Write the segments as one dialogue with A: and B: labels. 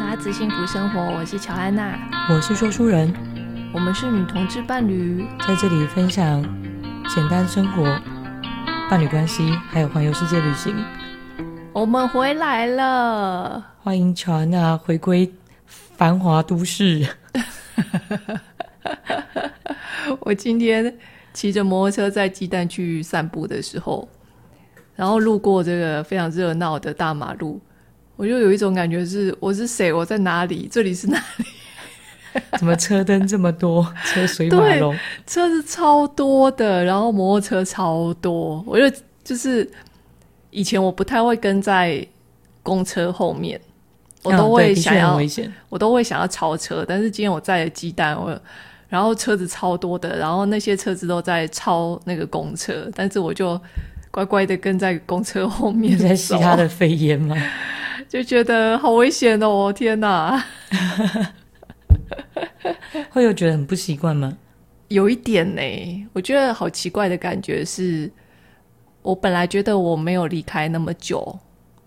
A: 来自幸福生活，我是乔安娜，
B: 我是说书人，
A: 我们是女同志伴侣。
B: 在这里分享简单生活、伴侣关系，还有环游世界旅行。
A: 我们回来了，
B: 欢迎乔安娜回归繁华都市。
A: 我今天骑着摩托车在鸡蛋去散步的时候，然后路过这个非常热闹的大马路，我就有一种感觉是我是谁，我在哪里，这里是哪 里？
B: 怎么车灯这么多，车水马龙？
A: 车子超多的，然后摩托车超多，我就就是以前我不太会跟在公车后面，我
B: 啊
A: 都会
B: 对的确
A: 想要、
B: 很危险。
A: 我都会想要超车，但是今天我载了鸡蛋，我然后车子超多的，然后那些车子都在超那个公车，但是我就乖乖的跟在公车后
B: 你
A: 面
B: 在吸
A: 走
B: 他的肺炎吗？
A: 就觉得好危险哦！天哪，
B: 会有觉得很不习惯吗？
A: 有一点呢，我觉得好奇怪的感觉是，我本来觉得我没有离开那么久，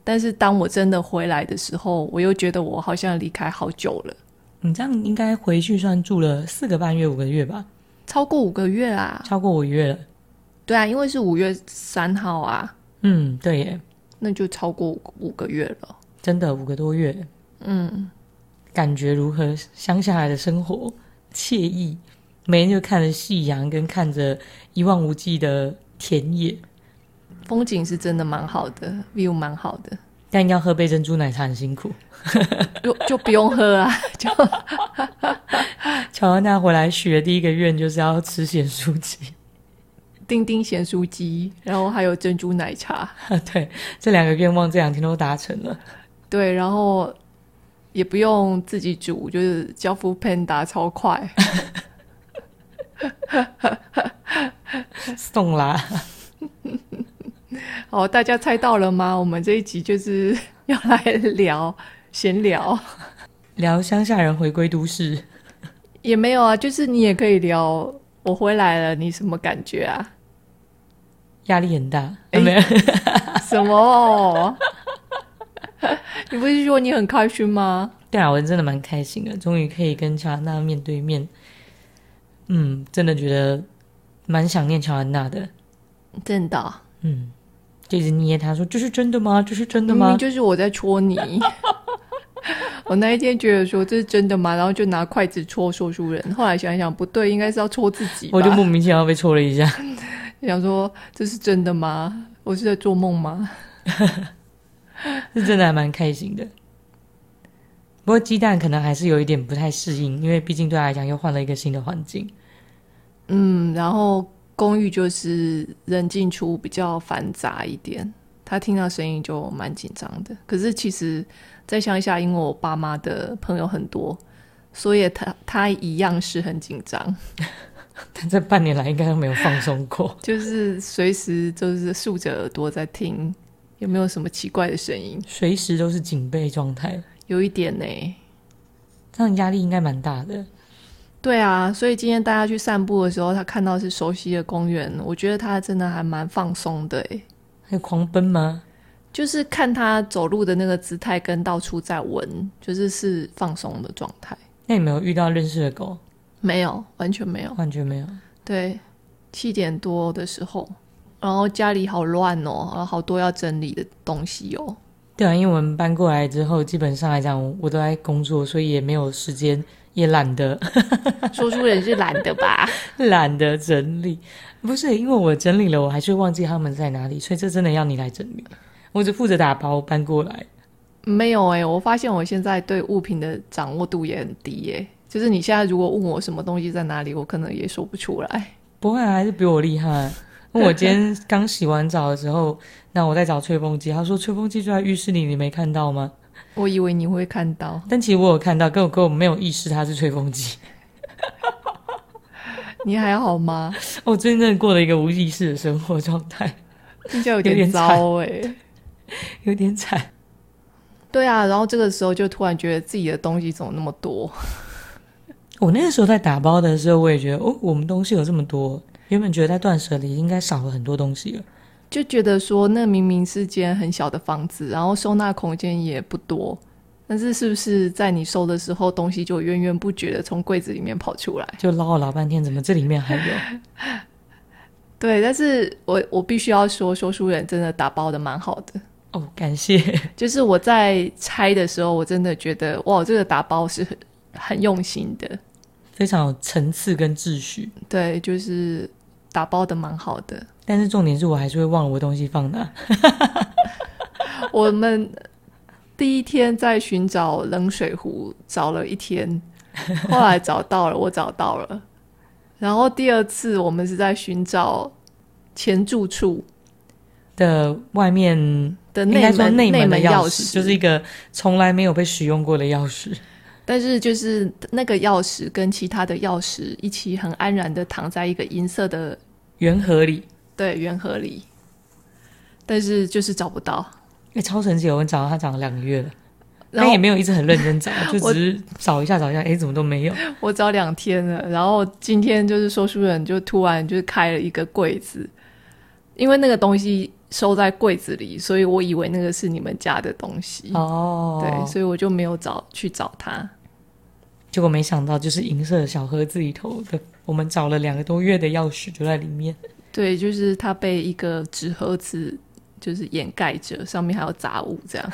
A: 但是当我真的回来的时候，我又觉得我好像离开好久了，
B: 你这样应该回去算住了四个半月、五个月吧，
A: 超过五个月啊。
B: 超过五个月了。
A: 对啊，因为是五月三号啊。
B: 嗯，对耶，
A: 那就超过五五个月了。
B: 真的五个多月。嗯，感觉如何？乡下来的生活惬意，每天就看着夕阳，跟看着一望无际的田野。
A: 风景是真的蛮好的，view 蛮好的，
B: 但要喝杯珍珠奶茶很辛苦。
A: 就就不用喝啊。
B: 乔安娜回来许的第一个愿就是要吃咸酥鸡，
A: 丁丁咸酥鸡，然后还有珍珠奶茶，
B: 对，这两个愿望这两天都达成了。
A: 对，然后也不用自己煮，就是交付 Panda 超快。
B: 送啦，
A: 好，哦大家猜到了吗？我们这一集就是 要来聊闲聊，
B: 聊乡下人回归都市，
A: 也没有啊，就是你也可以聊。我回来了，你什么感觉啊？
B: 压力很大。
A: 哎
B: 没有，
A: 什么？哦 你不是说你很开心吗？
B: 对啊，我真的蛮开心的，终于可以跟乔安娜面对面。嗯，真的觉得蛮想念乔安娜的。
A: 真的啊、
B: 嗯，就一直捏她说：“这是真的吗？这是真的
A: 明
B: 吗
A: 明就是我在戳 你。我那一天觉得说这是真的吗？然后就拿筷子戳说书人，后来想一想不对，应该是要戳自己？”吧。
B: 我就莫名其妙被戳了一下。
A: 想说这是真的吗？我是在做梦吗？
B: 是真的还蛮开心的。不过鸡蛋可能还是有一点不太适应，因为毕竟对他来讲又换了一个新的环境。
A: 嗯，然后公寓就是人进出比较繁杂一点，他听到声音就蛮紧张的。可是其实，在乡下，因为我爸妈的朋友很多，所以他他一样是很紧张。，
B: 他这半年来应该都没有放松过
A: 就是随时就是竖着耳朵在听，有没有什么奇怪的声音？
B: 随时都是警备状态，
A: 有一点呢。
B: 这样压力应该蛮大的。
A: 对啊，所以今天大家去散步的时候，他看到是熟悉的公园，我觉得他真的还蛮放松的诶。
B: 还有狂奔吗？
A: 就是看他走路的那个姿态跟到处在闻，就是是放松的状态。
B: 那你没有遇到认识的狗？
A: 没有，完全没有。
B: 完全没有。
A: 对，七点多的时候，然后家里好乱哦，然后好多要整理的东西哦。
B: 对啊，因为我们搬过来之后，基本上来讲我都在工作，所以也没有时间，也懒得
A: 说书人是懒的吧？
B: 懒得整理，不是因为我整理了，我还是忘记他们在哪里，所以这真的要你来整理。我只负责打包搬过来，
A: 没有哎、我发现我现在对物品的掌握度也很低哎、就是你现在如果问我什么东西在哪里，我可能也说不出来。
B: 不会、啊、还是比我厉害。因为我今天刚洗完澡的时候，那我在找吹风机，他说吹风机就在浴室里，你没看到吗？
A: 我以为你会看到，
B: 但其实我有看到，跟我跟我没有意识它是吹风机。
A: 你还好吗？
B: 我最近真的过了一个无意识的生活状态，
A: 听起来有
B: 有点
A: 点
B: 惨
A: 糟哎、
B: 有点惨。
A: 对啊，然后这个时候就突然觉得自己的东西怎么那么多，
B: 我那个时候在打包的时候，我也觉得哦，我们东西有这么多，原本觉得在断舍离应该少了很多东西了。
A: 就觉得说那明明是间很小的房子，然后收纳空间也不多，但是是不是在你收的时候，东西就源源不绝的从柜子里面跑出来？
B: 就捞了老半天，怎么这里面还有？
A: 对，但是我我必须要说，说书人真的打包的蛮好的。
B: 哦，感谢，
A: 就是我在拆的时候，我真的觉得哇，这个打包是很很用心的。
B: 非常有层次跟秩序。
A: 对，就是打包的蛮好的。
B: 但是重点是我还是会忘了我东西放哪。
A: 我们第一天在寻找冷水壶，找了一 天，后来找到了，我找到了。然后第二次我们是在寻找前住处
B: 的外面
A: 的
B: 应
A: 内
B: 该说
A: 门
B: 内门的
A: 门
B: 钥
A: 匙，
B: 就是一个从来没有被使用过的钥匙。
A: 但是就是那个钥匙跟其他的钥匙一起很安然的躺在一个银色的
B: 圆盒里，
A: 对圆盒里，但是就是找不到。
B: 哎、超神奇！我找到它长了两个月了，
A: 然
B: 但
A: 后
B: 也没有一直很认真找，就
A: 我
B: 只是找一下找一下，哎、怎么都没有。
A: 我找两天了，然后今天就是说书人就突然就是开了一个柜子，因为那个东西收在柜子里，所以我以为那个是你们家的东西，
B: 哦，
A: 嗯对，所以我就没有找去找他。
B: 结果没想到就是银色的小盒子里头的，我们找了两个多月的钥匙就在里面。
A: 对，就是它被一个纸盒子就是掩盖着，上面还有杂物这样。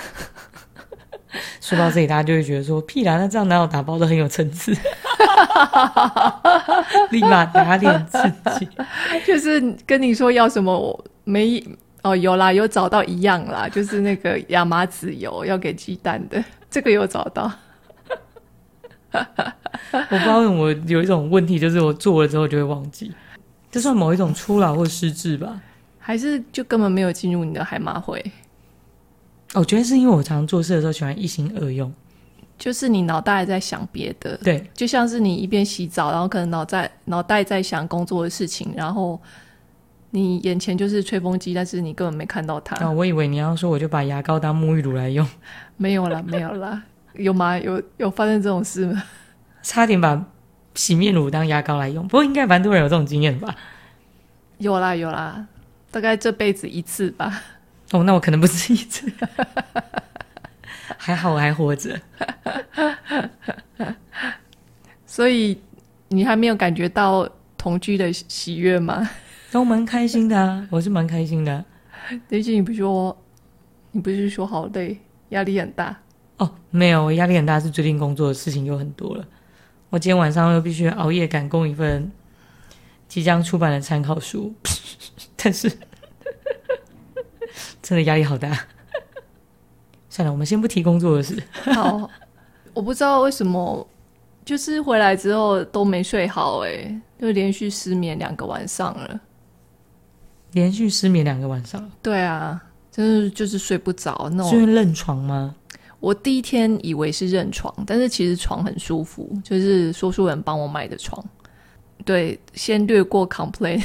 B: 说到这里，大家就会觉得说屁啦，那这样哪有打包的很有层次？ 立马打脸自己。
A: 就是跟你说要什么，我没哦，有啦，有找到一样啦，就是那个亚麻籽油要给鸡蛋的， 这个有找到。
B: 我不知道为什么我有一种问题，就是我做了之后就会忘记，这算某一种初老或失智吧？
A: 还是就根本没有进入你的海马回，
B: 哦我觉得是因为我常做事的时候喜欢一心二用，
A: 就是你脑袋在想别的，
B: 对，
A: 就像是你一边洗澡，然后可能脑袋脑袋在想工作的事情，然后你眼前就是吹风机，但是你根本没看到它。
B: 然后我以为你要说我就把牙膏当沐浴乳来用，
A: 没有啦，没有啦，有吗？有有发生这种事吗？
B: 差点把洗面乳当牙膏来用，不过应该蛮多人有这种经验吧？
A: 有啦，有啦，大概这辈子一次吧。
B: 哦，那我可能不是一次， 还好我还活着。
A: 所以你还没有感觉到同居的喜悦吗？
B: 都蛮开心的啊，我是蛮开心的啊、
A: 最近你不是说你不是说好累，压力很大？
B: 哦，没有，我压力很大，是最近工作的事情又很多了。我今天晚上又必须熬夜赶工一份即将出版的参考书， 但是真的压力好大。算了，我们先不提工作的事。
A: 好， 我不知道为什么，就是回来之后都没睡好、哎，就连续失眠两个晚上了。
B: 连续失眠两个晚上，
A: 对啊，真是就是睡不着那
B: 是
A: 种。
B: 因为认床吗？
A: 我第一天以为是认床，但是其实床很舒服，就是说书人帮我买的床。对，先略过 complain，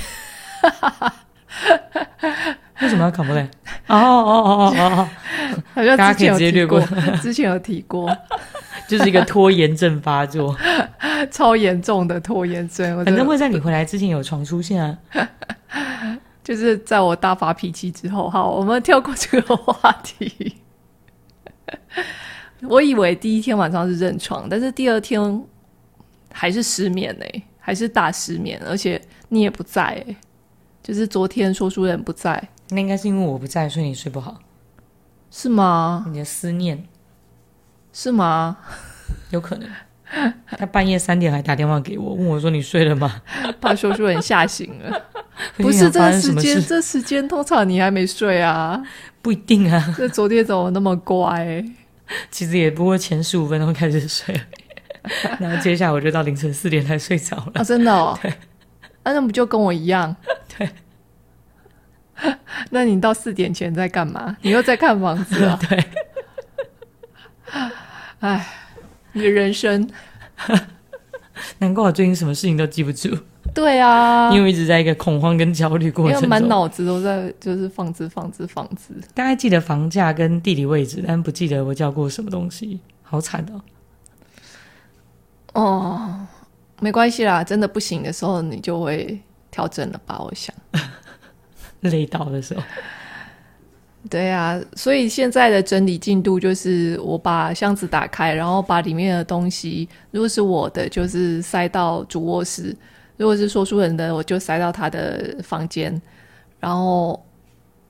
B: 为什么 要 complain？哦哦哦哦哦
A: 好像
B: 大家
A: 之
B: 可以
A: 前有
B: 直接
A: 提
B: 略过
A: 过， 之前有提过，
B: 哦，就是一个拖延症发作，
A: 超严重的拖延症，我
B: 反
A: 真
B: 正
A: 的
B: 会在你回来之前有床出现啊。
A: 就是在我大发脾气之后，好，我们跳过这个话题。 我以为第一天晚上是认床，但是第二天还是失眠呢、还是大失眠，而且你也不在、欸，就是昨天说书人不在，
B: 那应该是因为我不在，所以你睡不好，
A: 是吗？
B: 你的思念。
A: 是吗？
B: 有可能。 他半夜三点还打电话给我，问我说：“你睡了吗
A: 怕说书人吓醒 了，？”不
B: 我
A: 是
B: 心想
A: 这
B: 发
A: 个
B: 生什
A: 时
B: 么
A: 间，
B: 事？
A: 这时间通常你还没睡啊，
B: 不一定啊，
A: 这昨天怎么那么乖、
B: 其实也不过前十五分钟开始睡， 然后接下来我就到凌晨四点才睡着了。
A: 啊，真的 哦，啊，那不就跟我一样？对。 那你到四点前在干嘛？你又在看房子啊？
B: 对，
A: 哎，你的人生，
B: 难怪我最近什么事情都记不住，
A: 对啊，
B: 因为一直在一个恐慌跟焦虑
A: 因
B: 过
A: 为
B: 程
A: 满
B: 中。
A: 脑子都在就是放置、放置、放置。
B: 大概记得房价跟地理位置，但不记得我叫过什么东西，好惨哦！
A: 哦，没关系啦，真的不行的时候你就会调整了吧？我想。
B: 累倒的时候，
A: 对啊，所以现在的整理进度就是我把箱子打开，然后把里面的东西，如果是我的，就是塞到主卧室；如果是说书人的，我就塞到他的房间，然后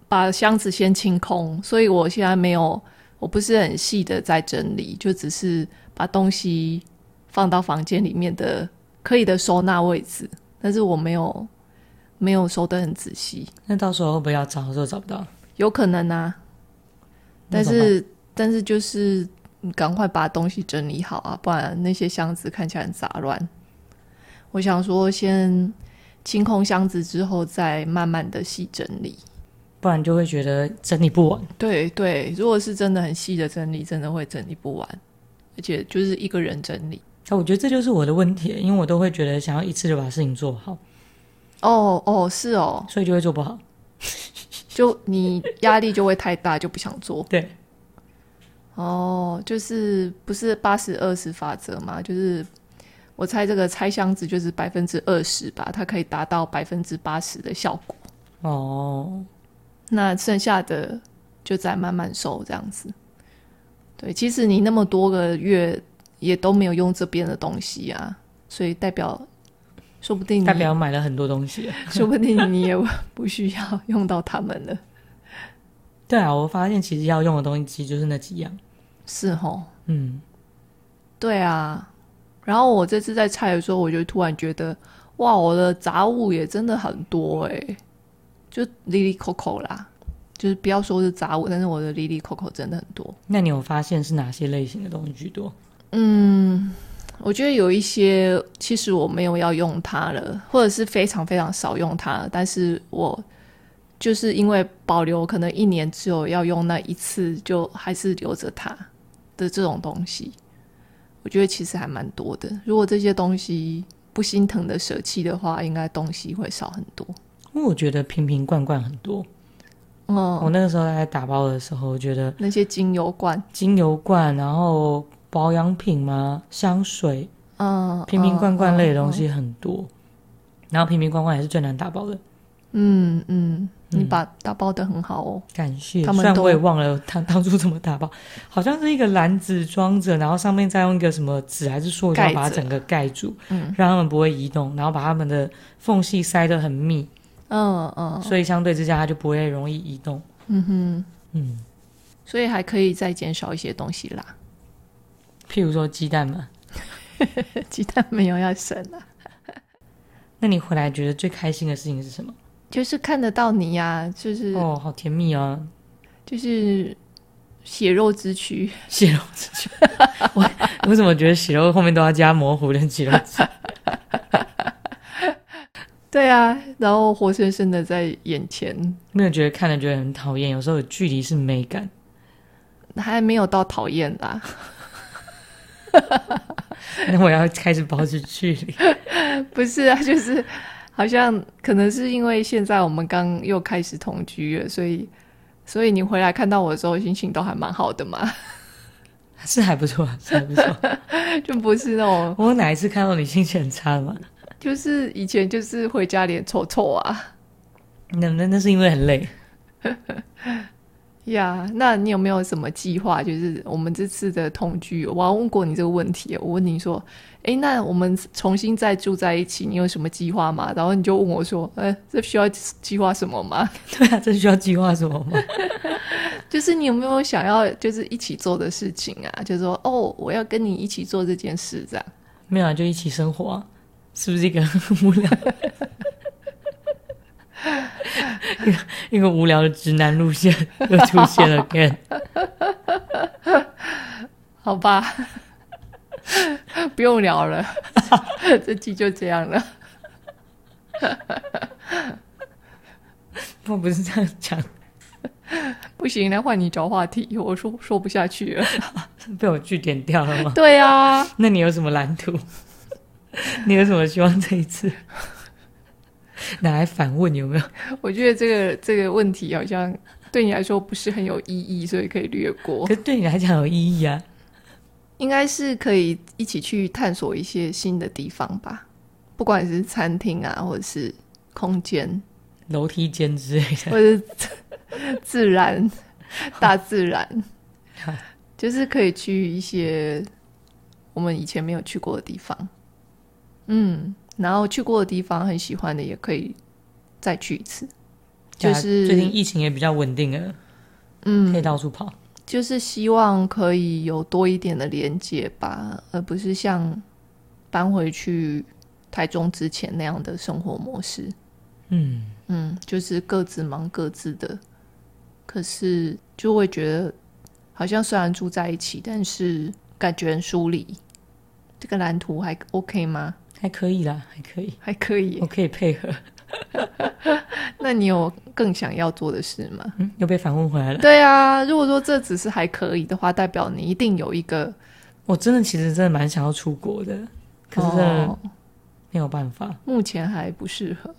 A: 把箱子先清空。所以我现在没有，我不是很细的在整理，就只是把东西放到房间里面的可以的收纳位置，但是我没有没有收得很仔细。
B: 那到时候会不会要找都找不到？
A: 有可能啊，
B: 那
A: 但
B: 怎么办
A: 是但是就是你赶快把东西整理好啊，不然那些箱子看起来很杂乱。我想说，先清空箱子之后，再慢慢的细整理。
B: 不然就会觉得整理不完。
A: 对对，如果是真的很细的整理，真的会整理不完，而且就是一个人整理。
B: 啊，我觉得这就是我的问题，因为我都会觉得想要一次就把事情做好，
A: 哦哦，是哦，
B: 所以就会做不好。
A: 就你压力就会太大，就不想做。
B: 对，
A: 哦，就是不是八十二十法则嘛？就是我猜这个拆箱子就是百分之二十吧，它可以达到百分之八十的效果。
B: 哦，
A: 那剩下的就再慢慢收这样子。对，其实你那么多个月也都没有用这边的东西啊，所以代表说不定你
B: 代表买了很多东西。
A: 说不定你也不需要用到它们了。
B: 对啊，我发现其实要用的东西其实就是那几样。
A: 是哦吼，
B: 嗯，
A: 对啊，然后我这次在拆的时候，我就突然觉得，哇，我的杂物也真的很多哎、就里里口口啦，就是不要说是杂物，但是我的里里口口真的很多。
B: 那你有发现是哪些类型的东西居多？
A: 我觉得有一些其实我没有要用它了，或者是非常非常少用它了，但是我就是因为保留可能一年只有要用那一次，就还是留着它的这种东西，我觉得其实还蛮多的。如果这些东西不心疼的舍弃的话，应该东西会少很多。
B: 因为我觉得瓶瓶罐罐很多。
A: 嗯，
B: 我那个时候在打包的时候，我觉得
A: 那些精油罐，
B: 精油罐，然后保养品嘛，香水，
A: 嗯，
B: 瓶瓶罐罐类的东
A: 嗯，
B: 西很多。然后瓶瓶罐罐也是最难打包的。
A: 嗯嗯，你把打包的很好哦，
B: 感谢，
A: 他
B: 虽
A: 们
B: 然
A: 都
B: 我也忘了他 当初怎么打包，好像是一个篮子装着，然后上面再用一个什么纸还是塑
A: 盖
B: 胶
A: 着
B: 把它整个盖住，
A: 嗯
B: 让他们不会移动，然后把他们的缝隙塞得很密，
A: 嗯嗯
B: 所以相对之下它就不会容易移动。
A: 嗯哼。
B: 嗯，
A: 所以还可以再减少一些东西啦。
B: 譬如说鸡蛋嘛，
A: 鸡蛋没有要省啊，
B: 那你回来觉得最开心的事情是什么？
A: 就是看得到你呀、就是、
B: 哦，好甜蜜啊！
A: 就是血肉之躯，
B: 血肉之躯， 我为什么觉得血肉后面都要加模糊的血肉之躯？
A: 对啊，然后活生生的在眼前，
B: 没有觉得看了觉得很讨厌，有时候有距离是美感。
A: 还没有到讨厌啦，
B: 那我要开始保持距离。
A: 不是啊，就是好像可能是因为现在我们刚又开始同居了，所以所以你回来看到我的时候，心情都还蛮好的嘛，
B: 是还不错，是还不错。
A: 就不是那种，
B: 我哪一次看到你心情很差嘛？
A: 就是以前就是回家脸臭臭啊
B: 那那那是因为很累。
A: 呀那你有没有什么计划？就是我们这次的同居，我要问过你这个问题，我问你说，诶，那我们重新再住在一起，你有什么计划吗？然后你就问我说，呃，这需要计划什么吗？
B: 对啊，这需要计划什么吗？
A: 就是你有没有想要就是一起做的事情啊？就是说，哦，我要跟你一起做这件事，这样。
B: 没有啊，就一起生活啊，是不是一个 很无聊？一个一个无聊的直男路线 又出现了 again。
A: 好吧， 不用聊了， 这期就这样了。
B: 我不是这样讲，
A: 不行，来换你找话题，我说说不下去了。
B: 被我据点掉了吗？
A: 对啊，
B: 那你有什么蓝图？ 你有什么希望这一次？ 拿来反问有没有？
A: 我觉得这个这个问题好像对你来说不是很有意义，所以可以略过
B: 可。是对你来讲有意义啊。
A: 应该是可以一起去探索一些新的地方吧，不管是餐厅啊，或者是空间，
B: 楼梯间之类的，
A: 或者是自然，大自然，就是可以去一些我们以前没有去过的地方。嗯，然后去过的地方很喜欢的，也可以再去一次。就
B: 对啊
A: 是
B: 最近疫情也比较稳定了，
A: 嗯
B: 可以到处跑。
A: 就是希望可以有多一点的连接吧，而不是像搬回去台中之前那样的生活模式。
B: 嗯，
A: 嗯，就是各自忙各自的，可是就会觉得好像虽然住在一起，但是感觉很疏离。这个蓝图还 OK 吗？
B: 还可以啦，还可以，
A: 还可以耶
B: 我。可以配合。
A: 那你有更想要做的事吗？
B: 嗯，又被反问回来了。
A: 对啊，如果说这只是还可以的话，代表你一定有一个
B: 我真的其实真的蛮想要出国的，可是真的
A: 哦
B: 没有办法。
A: 目前还不适合。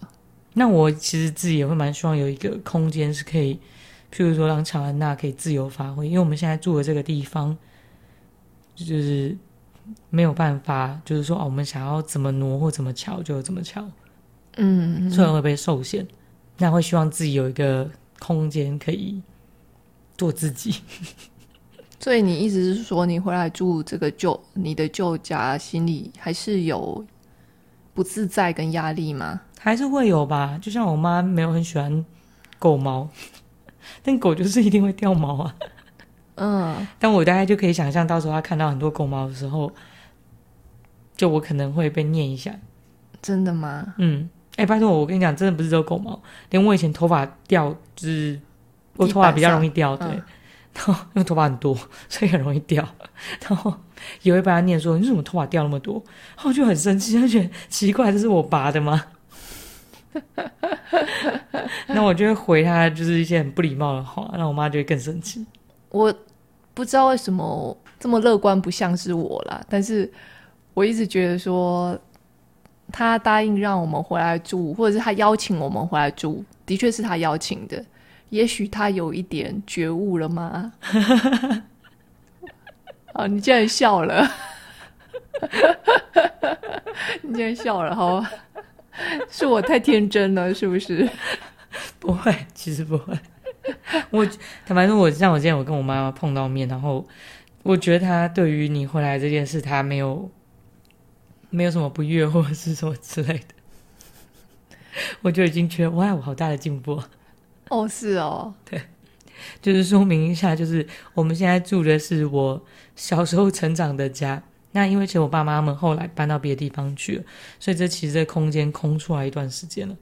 B: 那我其实自己也会蛮希望有一个空间是可以，譬如说让乔安娜可以自由发挥，因为我们现在住的这个地方，就是没有办法，就是说哦，我们想要怎么挪或怎么巧就怎么巧，
A: 嗯，
B: 虽然会被受限，那会希望自己有一个空间可以做自己。
A: 所以你意思是说，你回来住这个旧你的旧家，心里还是有不自在跟压力吗？
B: 还是会有吧，就像我妈没有很喜欢狗毛， 但狗就是一定会掉毛啊。
A: 嗯，
B: 但我大概就可以想象，到时候他看到很多狗毛的时候，就我可能会被念一下。
A: 真的吗？
B: 嗯，哎、拜托我，我跟你讲，真的不是只有狗毛，连我以前头发掉，就是我头发比较容易掉，
A: 地
B: 对
A: 板上，
B: 然后 因为头发很多，所以很容易掉， 然后也会被他念说你怎么头发掉那么多，然后我就很生气，就觉得奇怪，这是我拔的吗？那我就会回他，就是一些很不礼貌的话，那我妈就会更生气。
A: 我不知道为什么这么乐观，不像是我啦。但是我一直觉得说，他答应让我们回来住，或者是他邀请我们回来住，的确是他邀请的。也许他有一点觉悟了吗？ 啊，你竟然笑了！ 你竟然笑了，好吧？是我太天真了，是不是？
B: 不会，其实不会。 我坦白说，我像我之前我跟我妈妈碰到面，然后我觉得她对于你回来这件事，她没有没有什么不悦或者是什么之类的，我就已经觉得哇，我好大的进步啊，
A: 哦，是哦，
B: 就是说明一下，就是我们现在住的是我小时候成长的家。那因为其实我爸妈他们后来搬到别的地方去了，所以这其实这空间空出来一段时间了，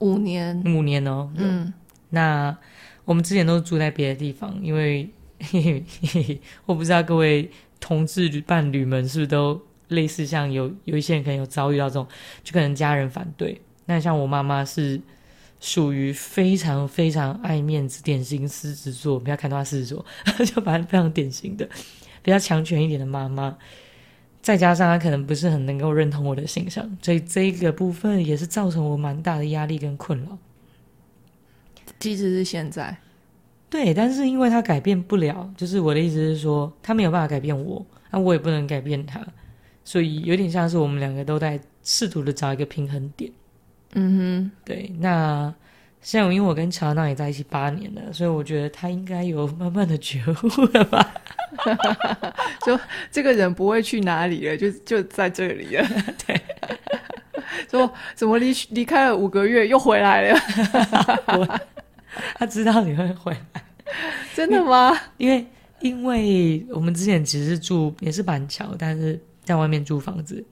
A: 五年，
B: 五年哦。对
A: 嗯，
B: 那我们之前都住在别的地方，因为 我不知道各位同志伴侣们是不是都类似像有有一些人可能有遭遇到这种，就可能家人反对。那像我妈妈是属于非常非常爱面子，典型狮子座，不要看到她狮子座， 就反正非常典型的比较强权一点的妈妈。再加上她可能不是很能够认同我的形象，所以这个部分也是造成我蛮大的压力跟困扰。
A: 即使是现在，
B: 对，但是因为他改变不了，就是我的意思是说，他没有办法改变我，那、我也不能改变他，所以有点像是我们两个都在试图的找一个平衡点。
A: 嗯哼。
B: 对，那像因为我跟乔娜也在一起八年了，所以我觉得他应该有慢慢的觉悟 了吧？
A: 这个人不会去哪里了，就就在这里 了。对， 说怎么离离开了五个月又回来 了？
B: 他知道你会回来，
A: 真的吗？
B: 因为因为我们之前其实是住也是板桥，但是在外面租房子，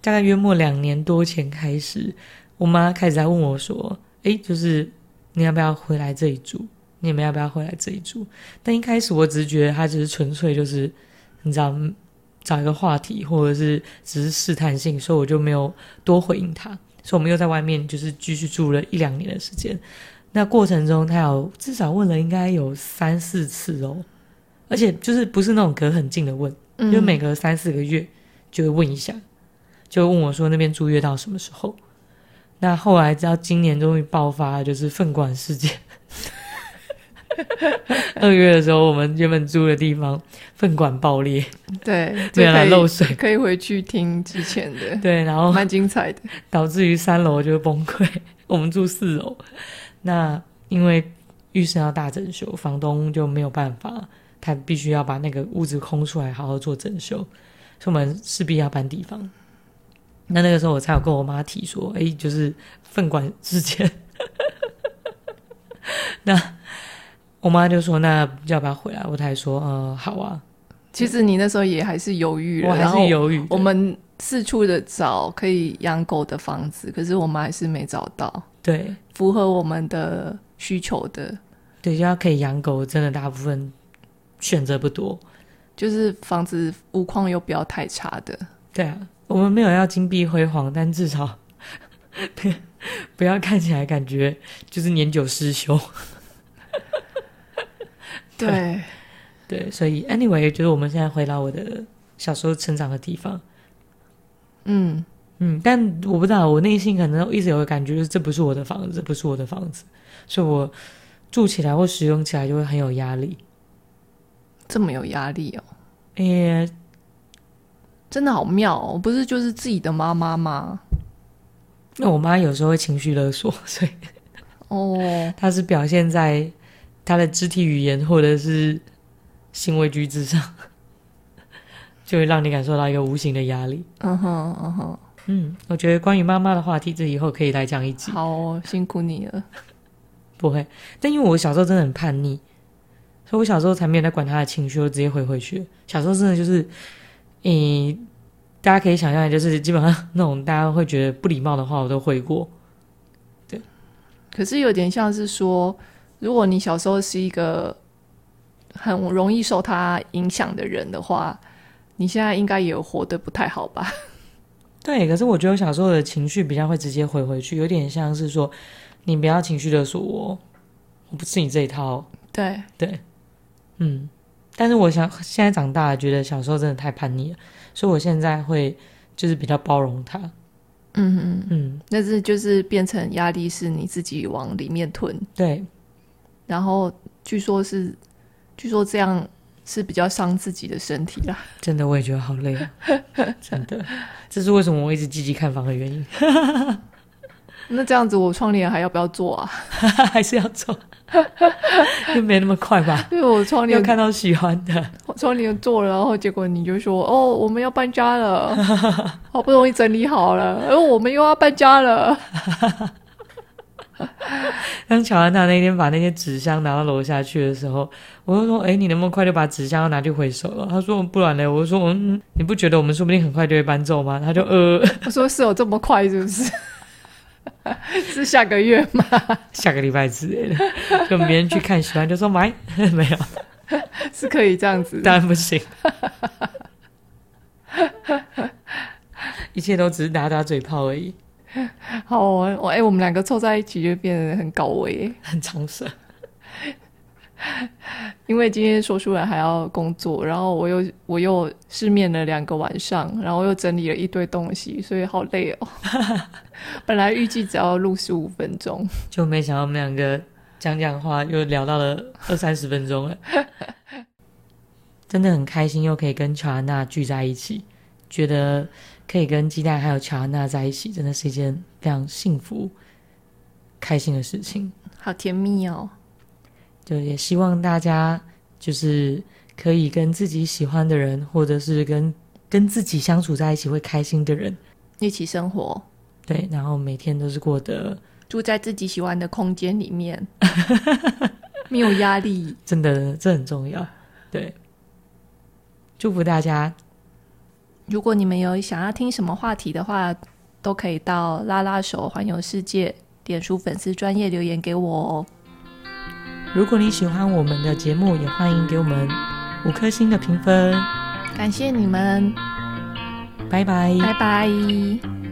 B: 大概约莫两年多前开始，我妈开始在问我说：“诶，就是你要不要回来这里住？你们要不要回来这里住？”但一开始我只是觉得她只是纯粹就是你知道嗯找一个话题，或者是只是试探性，所以我就没有多回应她。所以我们又在外面就是继续住了一两年的时间。那过程中，她有至少问了应该有三四次哦，而且就是不是那种隔很近的问。就
A: 嗯
B: 每隔三四个月就会问一下，就问我说那边住院到什么时候。那后来直到今年终于爆发，就是粪管事件。 二月的时候，我们原本住的地方粪管爆裂，
A: 嗯对，
B: 对啦，
A: 这
B: 哦漏水，
A: 可以可以回去听之前 的，
B: 对，然后
A: 蛮精彩的。
B: 导致于三楼就崩溃。我们住四楼，那因为浴室要大整修，房东就没有办法，他必须要把那个屋子空出来，好好做整修，所以我们势必要搬地方。那那个时候我才有跟我妈提说，哎、就是粪管之间， 那我妈就说那要不要回来？我才说，呃，好啊，
A: 其实你那时候也还是犹豫了，
B: 我还
A: 然后
B: 是犹豫的。
A: 我们四处的找可以养狗的房子，可是我们还是没找到
B: 对，
A: 符合我们的需求的，
B: 对，就要可以养狗，真的大部分选择不多。
A: 就是房子屋况又不要太差的。
B: 对啊，我们没有要金碧辉煌，但至少 不要看起来感觉就是年久失修。
A: 对，
B: 对，所以 anyway，就是我们现在回到我的小时候成长的地方。
A: 嗯，
B: 嗯，但我不知道，我内心可能一直有个感觉，就是这不是我的房子，这不是我的房子，所以我住起来或使用起来就会很有压力。
A: 这么有压力哦，
B: 诶、
A: 真的好妙哦！不是就是自己的妈妈吗？
B: 那我妈有时候会情绪勒索，所以
A: 哦，
B: 他是表现在他的肢体语言或者是行为举止上， 就会让你感受到一个无形的压力。
A: 嗯哼嗯哼，
B: 嗯，我觉得关于妈妈的话题，这以后可以来讲一集。
A: 好哦，辛苦你了。
B: 不会，但因为我小时候真的很叛逆，所以我小时候才没有在管他的情绪，我直接回回去。小时候真的就是，嗯、大家可以想象，就是基本上那种大家会觉得不礼貌的话，我都回过。
A: 可是有点像是说，如果你小时候是一个很容易受他影响的人的话，你现在应该也有活得不太好吧？
B: 对，可是我觉得我小时候的情绪比较会直接回回去，有点像是说，你不要情绪勒索我，我不吃你这一套。
A: 对，
B: 嗯，但是我想现在长大了，觉得小时候真的太叛逆了，所以我现在会就是比较包容他。
A: 嗯嗯，
B: 嗯，
A: 但是就是变成压力是你自己往里面吞，
B: 对，
A: 然后据说是，据说这样是比较伤自己的身体啦。
B: 真的我也觉得好累、啊， 真的，这是为什么我一直积极看房的原因，
A: 那这样子我窗帘还要不要做 啊？
B: 还是要做， 又没那么快吧？
A: 因为我窗
B: 你有
A: 帘
B: 看到喜欢的，
A: 窗帘做了，然后结果你就说哦，我们要搬家 了，好不容易整理好了，而我们又要搬家了。
B: 当乔安娜那天把那些纸箱拿到楼下去的时候，我就说：“哎、你能不能快点把纸箱要拿去回收了？”他说：“不然嘞。”我就说：“嗯，你不觉得我们说不定很快就会搬走吗？”他就呃，
A: 我说是有这么快是不是？ 是下个月吗？
B: 下个礼拜之类的，就别人去看喜欢就说买， 没有，
A: 是可以这样子的。
B: 当然不行， 一切都只是打打嘴炮而已，
A: 好哦，我哎、我们两个凑在一起就变得很搞味，
B: 很长舌。
A: 因为今天说书人还要工作，然后我又我又失眠了两个晚上，然后又整理了一堆东西，所以好累哦。 本来预计只要录十五分钟，
B: 就没想到我们两个讲讲话又聊到了二三十分钟了，真的很开心，又可以跟乔安娜聚在一起，觉得可以跟鸡蛋还有乔安娜在一起，真的是一件非常幸福、开心的事情。
A: 好甜蜜哦。
B: 就也希望大家就是可以跟自己喜欢的人，或者是跟跟自己相处在一起会开心的人，
A: 一起生活，
B: 对，然后每天都是过得
A: 住在自己喜欢的空间里面，没有压力。
B: 真的这很重要，对。祝福大家
A: 如果你们有想要听什么话题的话，都可以到拉拉手环游世界脸书粉丝专业留言给我哦。
B: 如果你喜欢我们的节目，也欢迎给我们五颗星的评分。
A: 感谢你们，
B: 拜拜。
A: 拜拜。